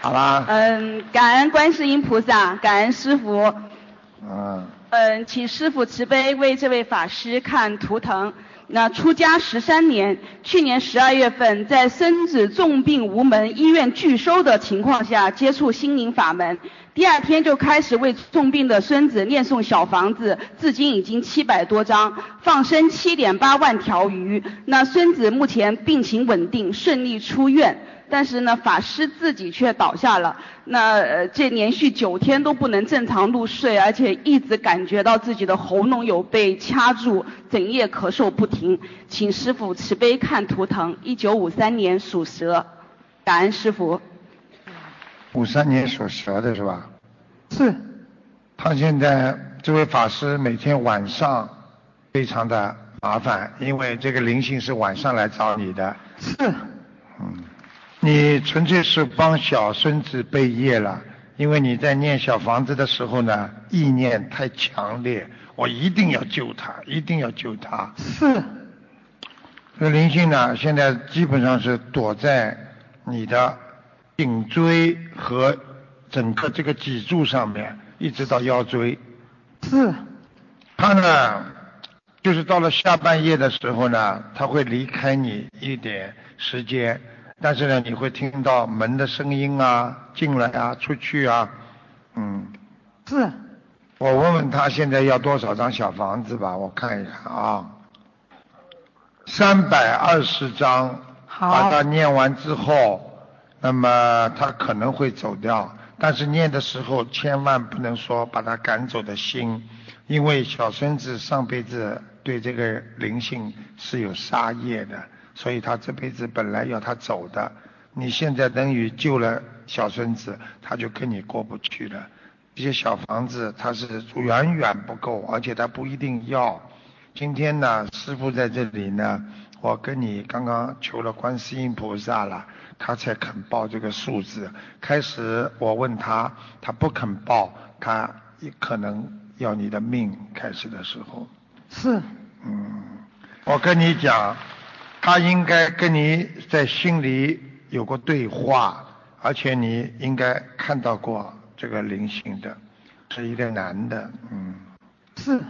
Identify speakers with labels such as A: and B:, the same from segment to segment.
A: 好吧？
B: 嗯，感恩观世音菩萨，感恩师傅。
A: 嗯，
B: 嗯，请师傅慈悲为这位法师看图腾。那出家十三年，去年十二月份在孙子重病无门、医院拒收的情况下接触心灵法门，第二天就开始为重病的孙子念诵小房子，至今已经七百多张，放生七点八万条鱼。那孙子目前病情稳定，顺利出院。但是呢，法师自己却倒下了。那呃，这连续九天都不能正常入睡，而且一直感觉到自己的喉咙有被掐住，整夜咳嗽不停。请师傅慈悲看图腾，一九五三年属蛇，感恩师傅。
A: 五三年属蛇的是吧？
B: 是。
A: 他现在这位法师每天晚上非常的麻烦，因为这个灵性是晚上来找你的。
B: 是。
A: 嗯，你纯粹是帮小孙子背业了，因为你在念小房子的时候呢，意念太强烈，我一定要救他，一定要救他。
B: 是。
A: 这灵性呢，现在基本上是躲在你的颈椎和整个这个脊柱上面，一直到腰椎。
B: 是。
A: 他呢，就是到了下半夜的时候呢，他会离开你一点时间，但是呢，你会听到门的声音啊，进来啊，出去啊，嗯。
B: 是。
A: 我问问他现在要多少张小房子吧，我看一看啊，三百二十张，
B: 好
A: 把它念完之后，那么他可能会走掉，但是念的时候千万不能说把他赶走的心，因为小孙子上辈子对这个灵性是有杀业的，所以他这辈子本来要他走的，你现在等于救了小孙子，他就跟你过不去了。这些小房子它是远远不够，而且它不一定要。今天呢，师傅在这里呢，我跟你刚刚求了观世音菩萨了，他才肯报这个数字。开始我问他，他不肯报，他也可能要你的命。开始的时候，
B: 是。
A: 嗯，我跟你讲，他应该跟你在心里有过对话，而且你应该看到过这个灵性的，是一个男的，嗯。
B: 是。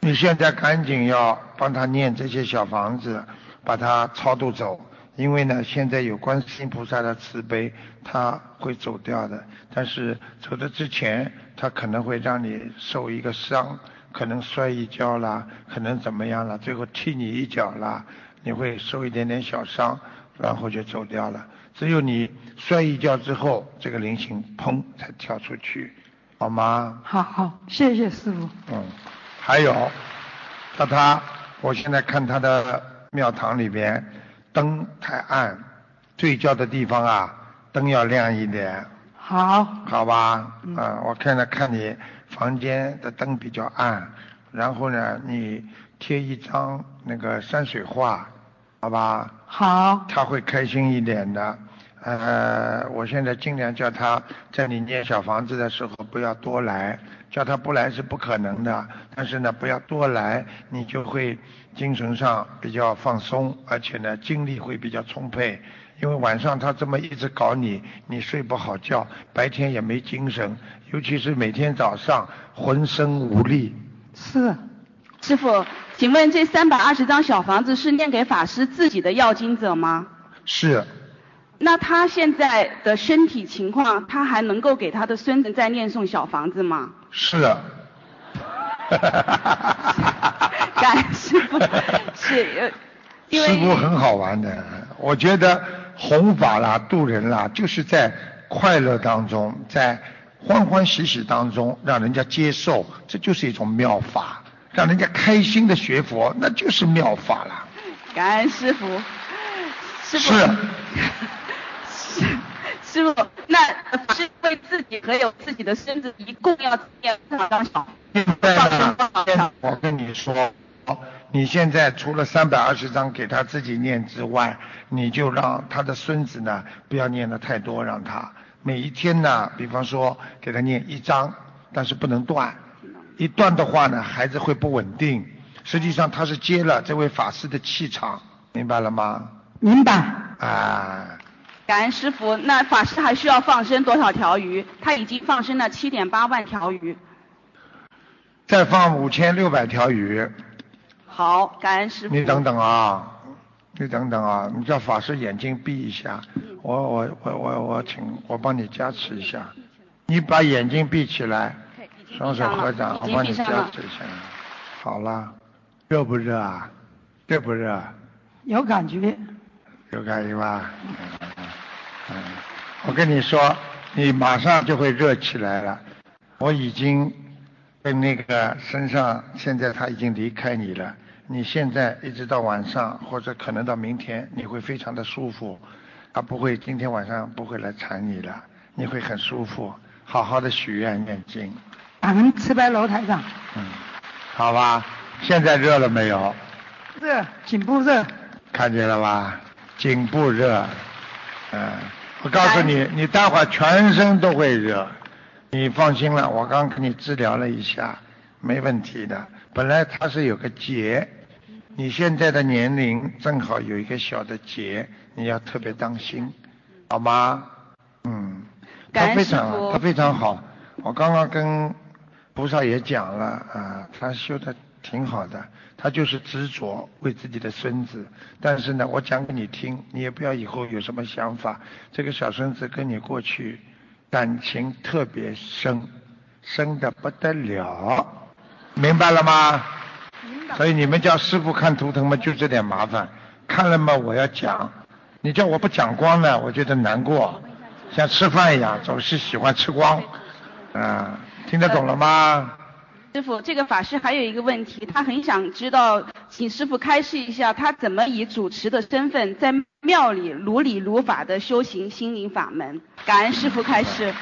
A: 你现在赶紧要帮他念这些小房子，把他超度走，因为呢，现在有观世音菩萨的慈悲，他会走掉的。但是走的之前，他可能会让你受一个伤，可能摔一跤啦，可能怎么样了，最后踢你一脚啦，你会受一点点小伤，然后就走掉了。只有你摔一跤之后，这个灵性砰才跳出去，好吗？
B: 好好，谢谢师傅。
A: 嗯，还有，他他，我现在看他的庙堂里边灯太暗，睡觉的地方啊，灯要亮一点，
B: 好，
A: 好吧？嗯，我看了看你房间的灯比较暗，然后呢，你贴一张那个山水画，好吧？
B: 好，
A: 他会开心一点的。呃，我现在尽量叫他在你念小房子的时候不要多来，叫他不来是不可能的。但是呢，不要多来，你就会精神上比较放松，而且呢，精力会比较充沛。因为晚上他这么一直搞你，你睡不好觉，白天也没精神，尤其是每天早上浑身无力。
B: 是。
C: 师傅，请问这三百二十张小房子是念给法师自己的要经者吗？
A: 是，
C: 那他现在的身体情况，他还能够给他的孙子再念诵小房子吗？
A: 是。啊
C: 感恩师 傅，是呃，因
A: 师傅
C: 为
A: 很好玩的，我觉得弘法啦、度人啦，就是在快乐当中，在欢欢喜喜当中，让人家接受，这就是一种妙法，让人家开心的学佛，那就是妙法啦。
C: 感恩师傅，师傅
A: 是，啊
C: 师师傅，那法师为自己和有自己的孙子一共要念多少张小？
A: 现在呢，现在我跟你说，你现在除了三百二十章给他自己念之外，你就让他的孙子呢不要念的太多，让他每一天呢，比方说给他念一章，但是不能断，一断的话呢，孩子会不稳定。实际上他是接了这位法师的气场，明白了吗？
B: 明白。
A: 啊，
B: 感恩师傅，那法师还需要放生多少条鱼？他已经放生了七点八万条鱼。
A: 再放五千六百条鱼，
B: 好，感恩 师傅。
A: 你等等啊，你等等啊，你叫法师眼睛闭一下，我我我我我请我帮你加持一下，你把眼睛闭起来，双手合掌，我
B: 已经
A: 帮你
B: 闭
A: 加
B: 上了
A: 持一下，好了，热不热啊？热不热啊？
D: 有感觉，
A: 有感觉吧？嗯嗯嗯，我跟你说，你马上就会热起来了。我已经跟那个身上，现在他已经离开你了。你现在一直到晚上，或者可能到明天，你会非常的舒服，他不会今天晚上不会来缠你了，你会很舒服。好好的许愿念经，
D: 感恩慈悲楼台长，
A: 嗯，好吧？现在热了没有？
D: 热，颈部热，
A: 看见了吧？颈部热，嗯，我告诉你，你待会儿全身都会热，你放心了，我刚给你治疗了一下，没问题的。本来它是有个结，你现在的年龄正好有一个小的结，你要特别当心，好吗？嗯，
B: 感
A: 他
B: 恩
A: 非
B: 师
A: 常
B: 父
A: 他非常好，我刚刚跟菩萨也讲了啊，他修的挺好的，他就是执着为自己的孙子。但是呢，我讲给你听，你也不要以后有什么想法。这个小孙子跟你过去感情特别深，深的不得了，明白了吗？所以你们叫师傅看图腾嘛，就这点麻烦。看了嘛，我要讲，你叫我不讲光呢，我觉得难过，像吃饭一样，总是喜欢吃光。啊，听得懂了吗？
B: 师傅，这个法师还有一个问题，他很想知道，请师傅开示一下，他怎么以主持的身份在庙里如理如法的修行心灵法门？感恩师傅开示。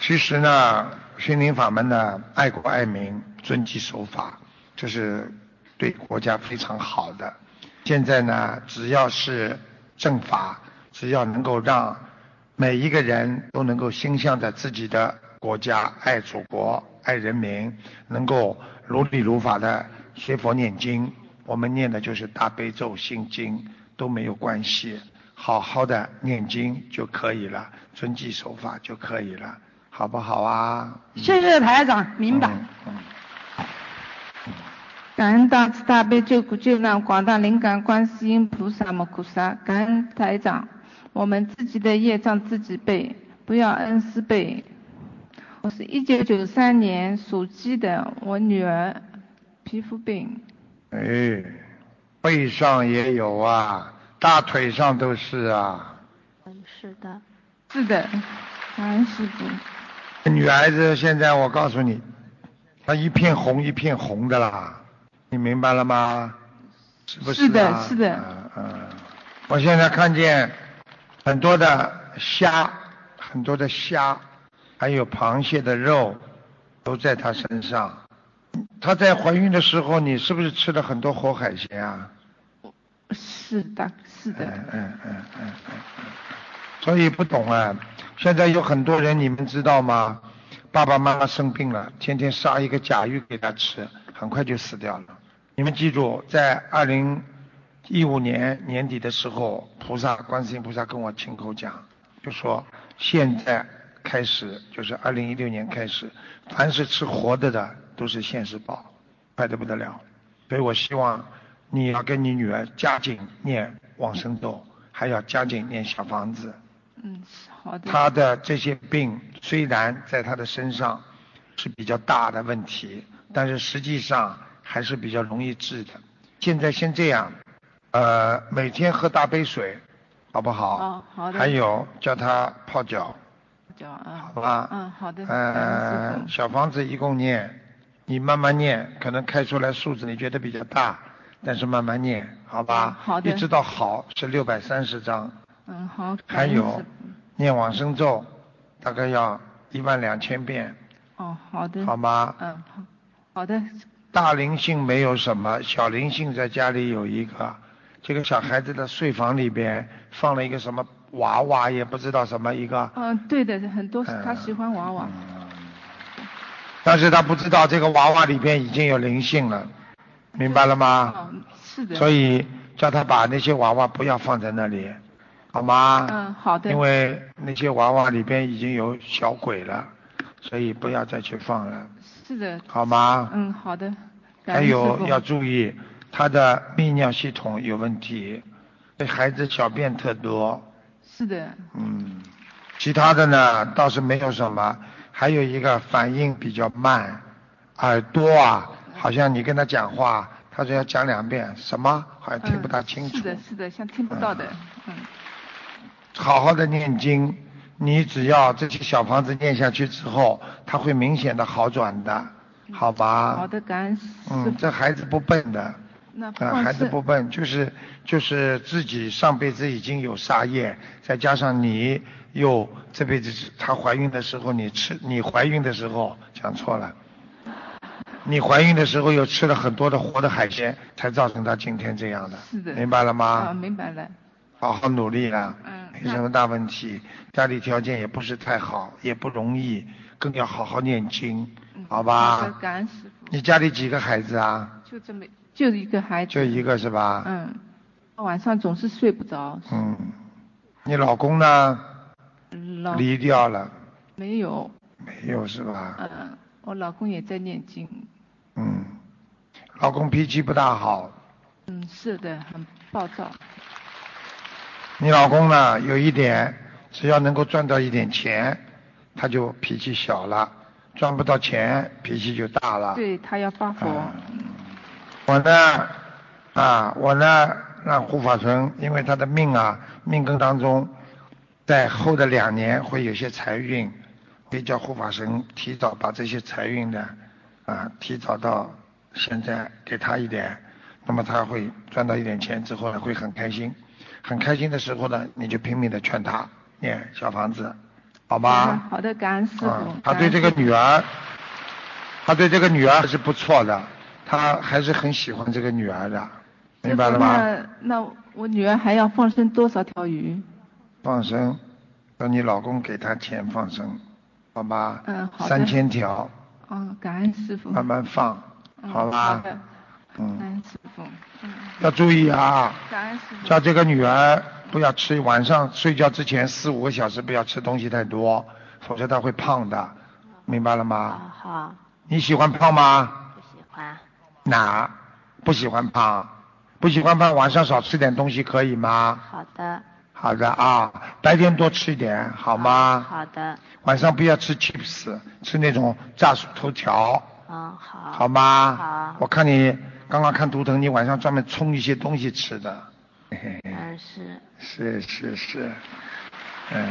A: 其实呢，心灵法门呢，爱国爱民、遵纪守法，这是对国家非常好的。现在呢，只要是正法，只要能够让每一个人都能够心向着自己的国家，爱祖国、爱人民，能够如理如法的学佛念经，我们念的就是大悲咒、心经都没有关系，好好的念经就可以了，遵纪守法就可以了，好不好啊？
D: 谢谢台长，明白。
A: 嗯嗯
E: 感恩大慈大悲救苦救难广大灵感观世音菩萨摩诃萨，感恩台长，我们自己的业障自己背，不要恩师背。我是一九九三年属鸡的，我女儿皮肤病，
A: 哎，背上也有啊，大腿上都是啊。
F: 嗯，是的，
E: 是的，感恩师傅，
A: 女孩子现在我告诉你，她一片红一片红的啦，你明白了吗？是不
E: 是的
A: 啊
E: 是的
A: 嗯嗯，我现在看见很多的虾，很多的虾，还有螃蟹的肉，都在她身上。她在怀孕的时候，你是不是吃了很多活海鲜啊？
E: 是的，是的，
A: 嗯嗯嗯嗯，所以不懂啊。现在有很多人，你们知道吗？爸爸妈妈生病了，天天杀一个甲鱼给他吃，很快就死掉了。你们记住，在二零一五年年底的时候，菩萨观世音菩萨跟我亲口讲，就说现在开始，就是二零一六年开始，凡是吃活的的都是现世报，快得不得了。所以我希望你要跟你女儿加紧念往生咒，还要加紧念小房子。
E: 嗯，是好的，
A: 她的这些病虽然在她的身上是比较大的问题，但是实际上还是比较容易治的。现在先这样，呃，每天喝大杯水，好不好？
E: 哦好的
A: 还有叫她泡脚，
E: 叫啊
A: 好，吧？
E: 嗯好的感恩师
A: 呃，
E: 父
A: 小房子一共念，你慢慢念，可能开出来数字你觉得比较大，但是慢慢念，好吧？
E: 嗯好的
A: 一直到好是六百三十张，
E: 嗯好，感
A: 还
E: 恩
A: 有
E: 师父
A: 念往生咒，大概要一万两千遍，
E: 哦好的，
A: 好吗？
E: 嗯好，好的，
A: 大灵性没有什么，小灵性在家里有一个。这个小孩子的睡房里边放了一个什么娃娃，也不知道什么一个，
E: 嗯对的，很多他
A: 嗯
E: 喜欢娃娃，
A: 但是他不知道这个娃娃里边已经有灵性了，明白了吗？
E: 哦是的，
A: 嗯所以叫他把那些娃娃不要放在那里，好吗？
E: 嗯，好的
A: 因。为那些娃娃里边已经有小鬼了，所以不要再去放了，
E: 是的，
A: 好吗？
E: 嗯，好的。感
A: 啊还
E: 恩
A: 有
E: 师父
A: 要注意，他的泌尿系统有问题，对孩子小便特多，
E: 是的，
A: 嗯，其他的呢倒是没有什么，还有一个反应比较慢，耳朵啊，好像你跟他讲话，他说要讲两遍，什么好像听不大清楚。
E: 嗯。是的，是的，像听不到的，嗯，
A: 好好的念经，你只要这些小房子念下去之后，他会明显的好转的，好吧？
E: 好的，感恩师父。
A: 啊嗯，这孩子不笨的，
E: 那不
A: 啊，
E: 管
A: 孩子
E: 是
A: 不笨，就是就是自己上辈子已经有杀业，再加上你又这辈子她怀孕的时候你吃，你怀孕的时候讲错了，你怀孕的时候又吃了很多的活的海鲜，才造成她今天这样的，
E: 是的
A: 明白了吗？
E: 啊，明白了，
A: 好好努力啦，
E: 嗯
A: 没什
E: 那
A: 么大问题，家里条件也不是太好，也不容易，更要好好念经，
E: 嗯
A: 好吧？
E: 好的，感恩师傅。
A: 你家里几个孩子啊？
E: 就这么就一个孩子，
A: 就一个是吧？
E: 嗯，晚上总是睡不着，
A: 嗯，你老公呢？
E: 老
A: 嗯离掉了，
E: 没有，
A: 没有是吧？
E: 嗯，我老公也在念经，
A: 嗯，老公脾气不大好，
E: 嗯，是的，很暴躁，
A: 你老公呢有一点，只要能够赚到一点钱，他就脾气小了；赚不到钱，脾气就大了。
E: 对他要发火，
A: 嗯我呢，啊，我呢，让护法神，因为他的命啊，命根当中，在后的两年会有些财运，会叫护法神提早把这些财运呢，啊，提早到现在给他一点，那么他会赚到一点钱之后呢，会很开心，很开心的时候呢，你就拼命的劝他念小房子，好吗？
E: 嗯好的，感恩师傅、
A: 啊，他
E: 感
A: 对
E: 恩
A: 这个
E: 师父
A: 女儿，他对这个女儿是不错的，他还是很喜欢这个女儿的，明白了吗？
E: 那那我女儿还要放生多少条鱼？
A: 放生，让你老公给她钱放生，好吧？
E: 嗯好的
A: 三千条，
E: 嗯，感恩师傅。
A: 慢慢放，
E: 嗯
A: 好
E: 好
A: 吧？
E: 的，感
A: 嗯，
E: 恩师傅。嗯，
A: 要注意啊，
E: 感恩师傅。
A: 叫这个女儿不要吃，晚上睡觉之前四五个小时不要吃东西太多，否则她会胖的，明白了
C: 啊
A: 吗？
C: 好，
A: 你喜欢胖吗？
C: 不喜欢，
A: 哪儿不喜欢胖？不喜欢胖，晚上少吃点东西可以吗？
C: 好的，
A: 好的啊，白天多吃一点好吗？
C: 好的，
A: 晚上不要吃 chips，吃那种炸薯头条，
C: 嗯好，
A: 好吗？
C: 好
A: 我看你刚刚看图腾，你晚上专门冲一些东西吃的。 嘿嘿嘿
C: 嗯是，
A: 是是是，嗯，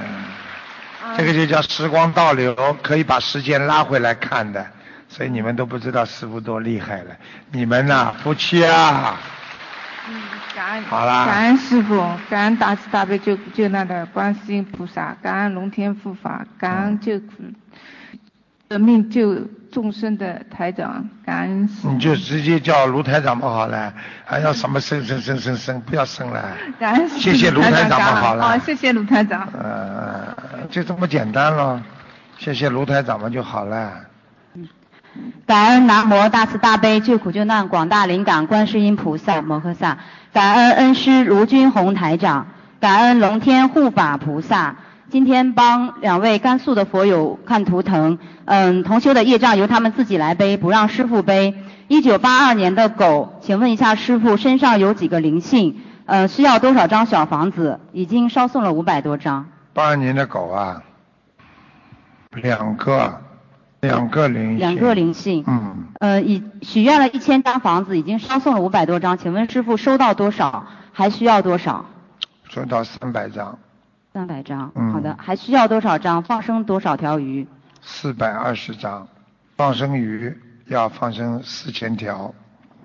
A: 这个就叫时光倒流，可以把时间拉回来看的。所以你们都不知道师傅多厉害了，你们呐、夫妻啊。
E: 嗯，感恩。
A: 好啦
E: 感恩师傅，感恩大慈大悲救苦救难的观世音菩萨，感恩龙天护法，感恩救苦舍命救众生的台长，感恩师
A: 你就直接叫卢台长不好了，还要什么生生生生生，不要生了。
E: 感恩师
A: 谢谢卢台长
E: 感恩
A: 好了
E: 哦，谢谢卢台长。
A: 呃，就这么简单咯。谢谢卢台长们就好了。
F: 感恩南无大慈大悲救苦救难广大灵感观世音菩萨摩诃萨，感恩恩师卢军宏台长，感恩龙天护法菩萨。今天帮两位甘肃的佛友看图腾，嗯，同修的业障由他们自己来背，不让师傅背。一九八二年的狗，请问一下师傅身上有几个灵性？呃，需要多少张小房子？已经烧送了五百多张。
A: 八二年的狗啊，两个，两个零，
F: 两个灵性
A: 嗯，
F: 呃，已许愿了一千张房子，已经烧送了五百多张，请问师傅收到多少？还需要多少？
A: 收到三百张，
F: 三百张。
A: 嗯
F: 好的，还需要多少张？放生多少条鱼？
A: 四百二十张，放生鱼要放生四千条，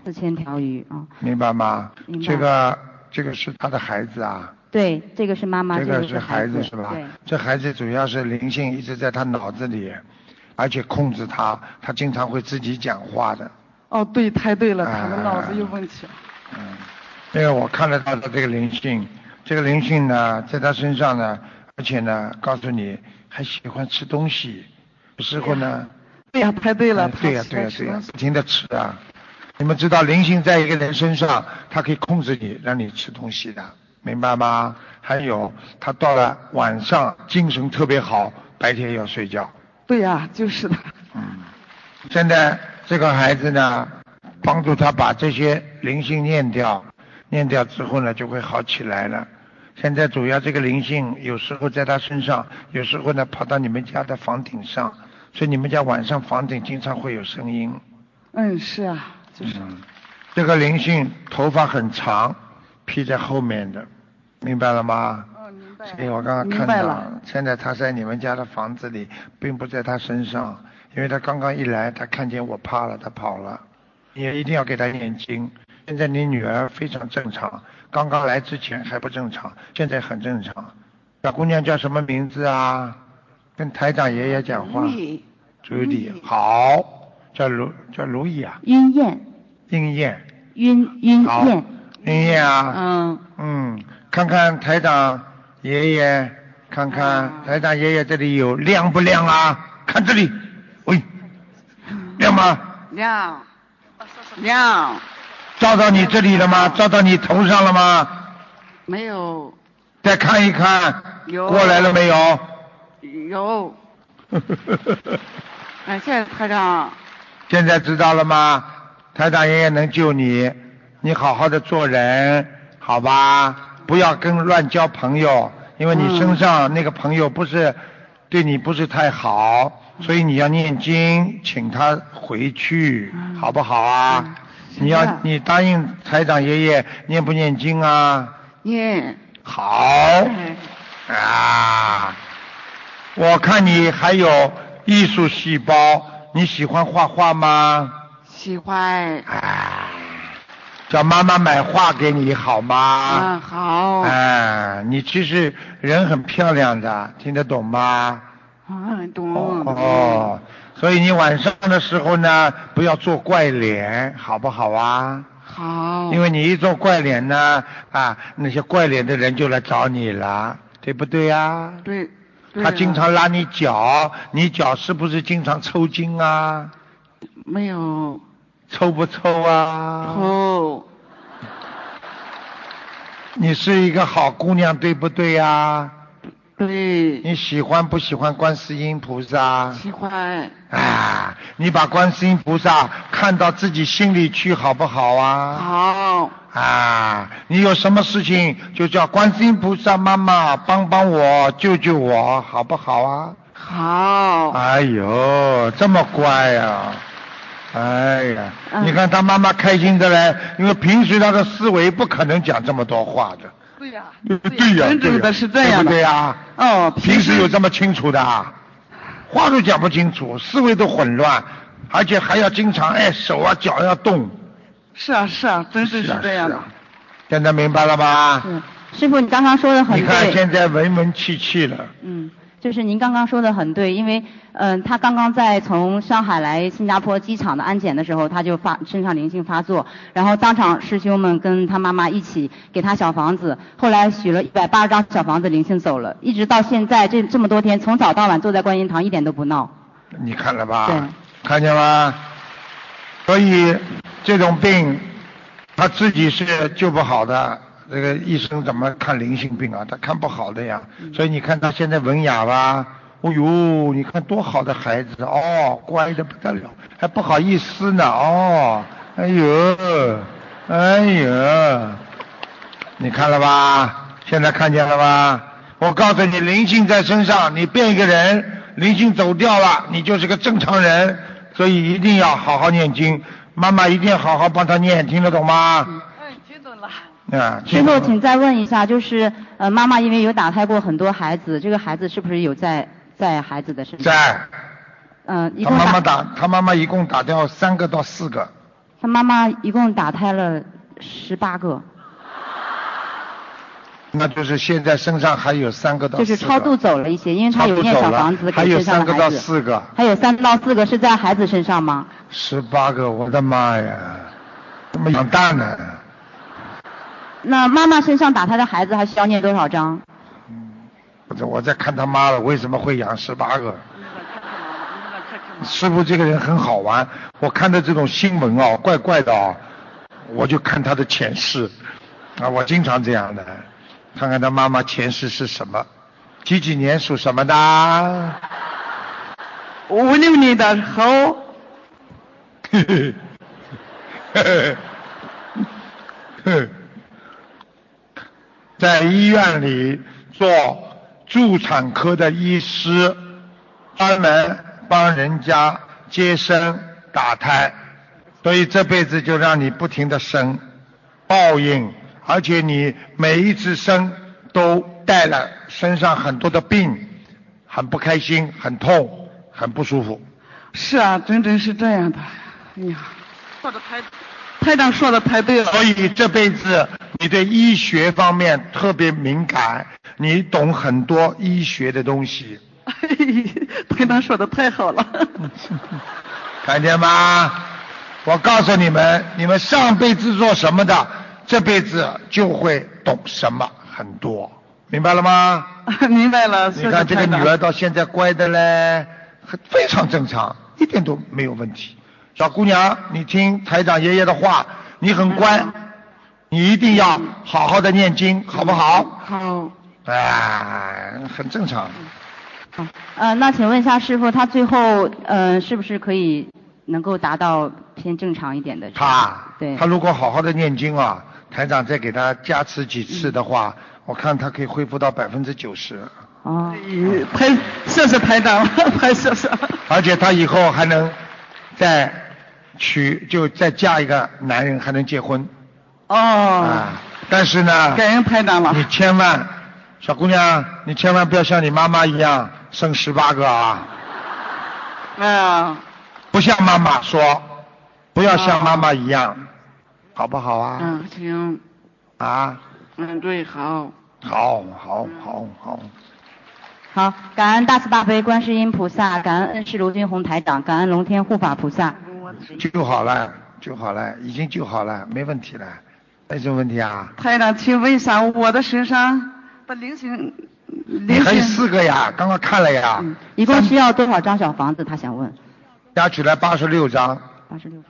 F: 四千条鱼啊、
A: 明白吗？
F: 明白
A: 这个这个是他的孩子啊，
F: 对，这个是妈妈，
A: 这
F: 个
A: 个是
F: 孩
A: 孩子是吧
F: 对，？
A: 这孩子主要是灵性一直在他脑子里，而且控制他，他经常会自己讲话的。
D: 哦，对，太对了，
A: 啊
D: 他们脑子有问题。
A: 嗯，因为我看得到他这个灵性，这个灵性呢，在他身上呢，而且呢，告诉你还喜欢吃东西，有时候呢，
D: 对呀，太对了，
A: 哎对呀、
D: 他
A: 对呀、
D: 喜
A: 对呀、
D: 欢吃东西
A: 不停的吃啊，你们知道灵性在一个人身上，它可以控制你，让你吃东西的，明白吗？还有，他到了晚上精神特别好，白天要睡觉。
D: 对呀、就是的，
A: 现在这个孩子呢，帮助他把这些灵性念掉，念掉之后呢，就会好起来了。现在主要这个灵性有时候在他身上，有时候呢跑到你们家的房顶上，所以你们家晚上房顶经常会有声音。
D: 嗯，是啊，就是，
A: 嗯这个灵性头发很长，披在后面的，明白了吗？
D: 哦，明
A: 所以我刚刚
D: 明
A: 看
D: 白
A: 到
D: 了，，
A: 现在他在你们家的房子里，并不在他身上，
D: 嗯
A: 因为他刚刚一来，他看见我怕了，他跑了。也一定要给他念经。现在你女儿非常正常，刚刚来之前还不正常，现在很正常。小姑娘叫什么名字啊？跟台长爷爷讲
D: 嗯
A: 话。
B: 你
A: 朱莉，好，叫卢叫卢毅啊，
F: 晕燕，
A: 丁燕，
F: 晕晕
A: 好
F: 燕，，
A: 丁燕啊。
F: 嗯，
A: 嗯，看看台长爷爷，看看台长爷爷这里有亮不亮啊？看这里，喂，亮吗？
B: 亮亮
A: 照到你这里了吗？照到你头上了吗？
B: 没有
A: 再看一看，
B: 有
A: 过来了没有？
B: 有， 哎，谢谢台长，
A: 现在知道了吗？台长爷爷能救你，你好好的做人，好吧？不要跟乱交朋友，因为你身上那个朋友不是、对你不是太好，所以你要念经，请他回去，
B: 嗯
A: 好不好啊？你
D: 的
A: 要你答应台长爷爷念不念经啊？
B: 耶，
A: 好啊，我看你还有艺术细胞，你喜欢画画吗？
B: 喜欢
A: 啊，叫妈妈买画给你好
B: 啊，
A: 吗？
D: 嗯
B: 好
A: 啊，，你其实人很漂亮的，听得懂吗？
D: 啊
B: 嗯，
A: 哦
B: 懂，
A: 哦，所以你晚上的时候呢，不要做怪脸，好不好啊？
D: 嗯
B: 好，
A: 因为你一做怪脸呢，啊，那些怪脸的人就来找你了，对不对啊？
B: 对，对
A: 他
B: 了
D: 嗯
A: 经常拉你脚，你脚是不是经常抽筋啊？
B: 没有
A: 抽不抽啊？
B: 哦，
A: 你是一个好姑娘，对不对呀、
B: 对，
A: 你喜欢不喜欢观世音菩萨？
B: 喜欢
A: 啊，你把观世音菩萨看到自己心里去，好不好
D: 哦
A: 啊？
B: 好，
A: 啊，你有什么事情就叫观世音菩萨妈妈帮帮我，救救我，好不好啊？
D: 哦
B: 好，
A: 哎呦，这么乖呀、哎呀，
F: 嗯
A: 你看他妈妈开心的嘞，因为平时他的思维不可能讲这么多话的。
D: 对呀、
A: 对呀，对
D: 真正
A: 呀
D: 的是这样
A: 对不对
D: 的。
A: 呀、
D: 哦，
A: 平时有这么清楚的啊，话都讲不清楚，思维都混乱，而且还要经常哎手啊脚要动，
D: 是啊是啊，真正
A: 是啊
D: 这样
A: 是
D: 的
A: 啊。，现在明白了吧？
F: 是师傅，你刚刚说的很
A: 你看
F: 嗯对，
A: 现在文文气气了，
F: 嗯，就是您刚刚说的很对，因为嗯、他刚刚在从上海来新加坡机场的安检的时候，他就发身上灵性发作，然后当场师兄们跟他妈妈一起给他小房子，后来许了一百八十张小房子，灵性走了，一直到现在这这么多天，从早到晚坐在观音堂一点都不闹，
A: 你看了吧？
F: 对
A: 看见吗？所以这种病，他自己是救不好的。这个医生怎么看灵性病啊？他看不好的呀。所以你看他现在文雅吧，哦呦，你看多好的孩子哦，乖的不得了，还不好意思呢哦，哎呦，哎呦，你看了吧？现在看见了吧？我告诉你，灵性在身上，你变一个人，灵性走掉了，你就是个正常人。所以一定要好好念经，妈妈一定要好好帮他念，听得懂吗？
D: 嗯，听懂了。
A: 啊，
F: 师
A: 听
F: 傅，
A: 得懂
F: 请再问一下，就是呃，妈妈因为有打胎过很多孩子，这个孩子是不是有在在孩子的身上？
A: 在
F: 嗯、一
A: 他
F: 共
A: 妈妈打，他妈妈一共打掉三个到四个，
F: 他妈妈一共打胎了十八个，
A: 那就是现在身上还有三个到
F: 就
A: 四个，
F: 是超度走了一些，因为他
A: 超
F: 有
A: 度
F: 念
A: 走
F: 小
A: 了，
F: 房子
A: 还
F: 给
A: 有
F: 身上
A: 三
F: 的
A: 个
F: 孩
A: 到
F: 子。
A: 四个，
F: 还有三到四个是在孩子身上吗？
A: 十八个，我的妈呀，这么养大呢？
F: 那妈妈身上打胎的孩子还需要念多少章？
A: 我在我在看他妈了，为什么会养十八个？
D: 你们看看妈妈，你们看看
A: 师傅这个人很好玩，我看到这种新闻哦，怪怪的哦，我就看他的前世，啊，我经常这样的，看看他妈妈前世是什么，几几年属什么的？
D: 五六年的时候，
A: 嘿嘿嘿嘿嘿 在医院里做助产科的医师，专门帮人家接生打胎，所以这辈子就让你不停的生，报应，而且你每一次生都带了身上很多的病，很不开心，很痛，很不舒服。
D: 是啊，真真是这样的。哎呀，说的太，台长说的太对 了。
A: 所以这辈子你对医学方面特别敏感，你懂很多医学的东西，
D: 台长说的太好了。
A: 看见吗？我告诉你们，你们上辈子做什么的，这辈子就会懂什么很多，明白了吗？
D: 明白了，
A: 你
D: 谢谢
A: 看这个
D: 台长
A: 女儿到现在乖的嘞，很非常正常，一点都没有问题。小姑娘，你听台长爷爷的话，你很乖，你一定要好好的念经，好不好？
D: 好，
A: 哎，很正常。
F: 呃，那请问一下师傅，他最后呃是不是可以能够达到偏正常一点的？
A: 他，
F: 对
A: 他如果好好的念经啊，台长再给他加持几次的话，我看他可以恢复到百分之九十，
F: 哦，
D: 咦哎太谢谢台长了， 太谢谢了。
A: 而且他以后还能再娶，就再嫁一个男人，还能结婚
D: 哦，
A: 啊。但是呢，
D: 感恩台长了
A: 你。千万，小姑娘，你千万不要像你妈妈一样生十八个啊。
D: 哎呀，
A: 不像妈妈说，不要像妈妈一样，好不好啊？
D: 嗯，行，
A: 啊，
D: 嗯，对，好。
A: 好，好，好，好，
F: 好，感恩大慈大悲观世音菩萨，感恩恩师卢军宏台长，感恩龙天护法菩萨。
A: 就好了，就好了，已经就好了，没问题了，没什么问题啊。
D: 台长，请问一下，我的身上的灵性，
A: 你
D: 灵
A: 哎还有
D: 性
A: 四个呀，刚刚看了呀，
D: 嗯
F: 一共需要多少张小房子？他想问。
A: 加起来八十六张，
F: 八十六。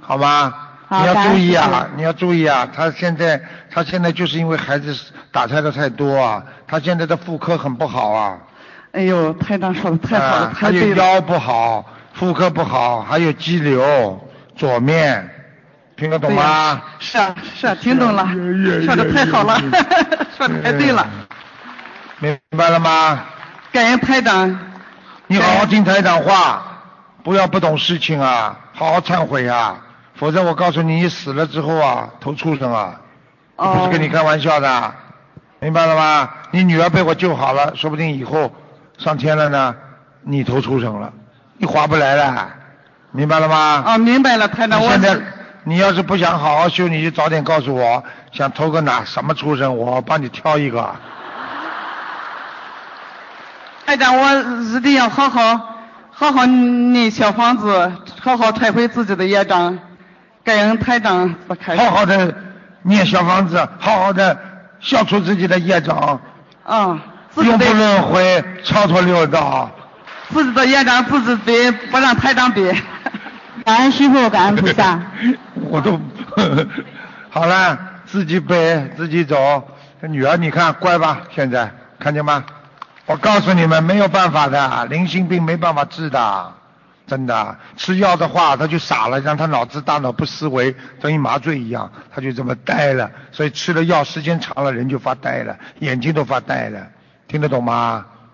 A: 好吗？
F: 好
A: 你要注意
F: 感恩
A: 啊
F: 师，
A: 你要注意啊！他现在，他现在就是因为孩子打胎的太多啊，他现在的妇科很不好啊。
D: 哎呦，台长说的太好了，
A: 啊
D: 太
A: 还有
D: 对了。
A: 腰不好，妇科不好，还有肌瘤，左面，听得懂
D: 对
A: 吗
D: 呀？
A: 哎
D: 是啊，是啊，听懂了，说的太好了，说的太对了。
A: 哎明白了吗？
D: 感恩台长，
A: 你好好听台长话，不要不懂事情啊，好好忏悔啊，否则我告诉你，你死了之后啊，投畜生啊，我不
D: 哦
A: 是跟，你开玩笑的，啊明白了吗？你女儿被我救好了，说不定以后上天了呢，你投畜生了，你划不来了，明白了吗？
D: 哦，明白了，台长，
A: 你
D: 我
A: 现在你要是不想好好修，你就早点告诉我，想投个哪什么畜生，我帮你挑一个。
D: 台长，我一定要好好好好念小房子，好好忏悔自己的业障。感恩台长不开
A: 好好的念小房子，好好的消除自己的业障，
D: 啊，自己
A: 永不
D: 的
A: 轮回，超脱六道。
D: 自己的业障自己背，不让台长背。
F: 感恩师傅，感恩菩萨。
A: 我都好了，自己背自己走。这女儿，你看乖吧？现在看见吗？我告诉你们，没有办法的，灵性病没办法治的，真的。吃药的话，他就傻了，让他脑子大脑不思维，等于麻醉一样，他就这么呆了。所以吃了药时间长了，人就发呆了，眼睛都发呆了，听得懂吗？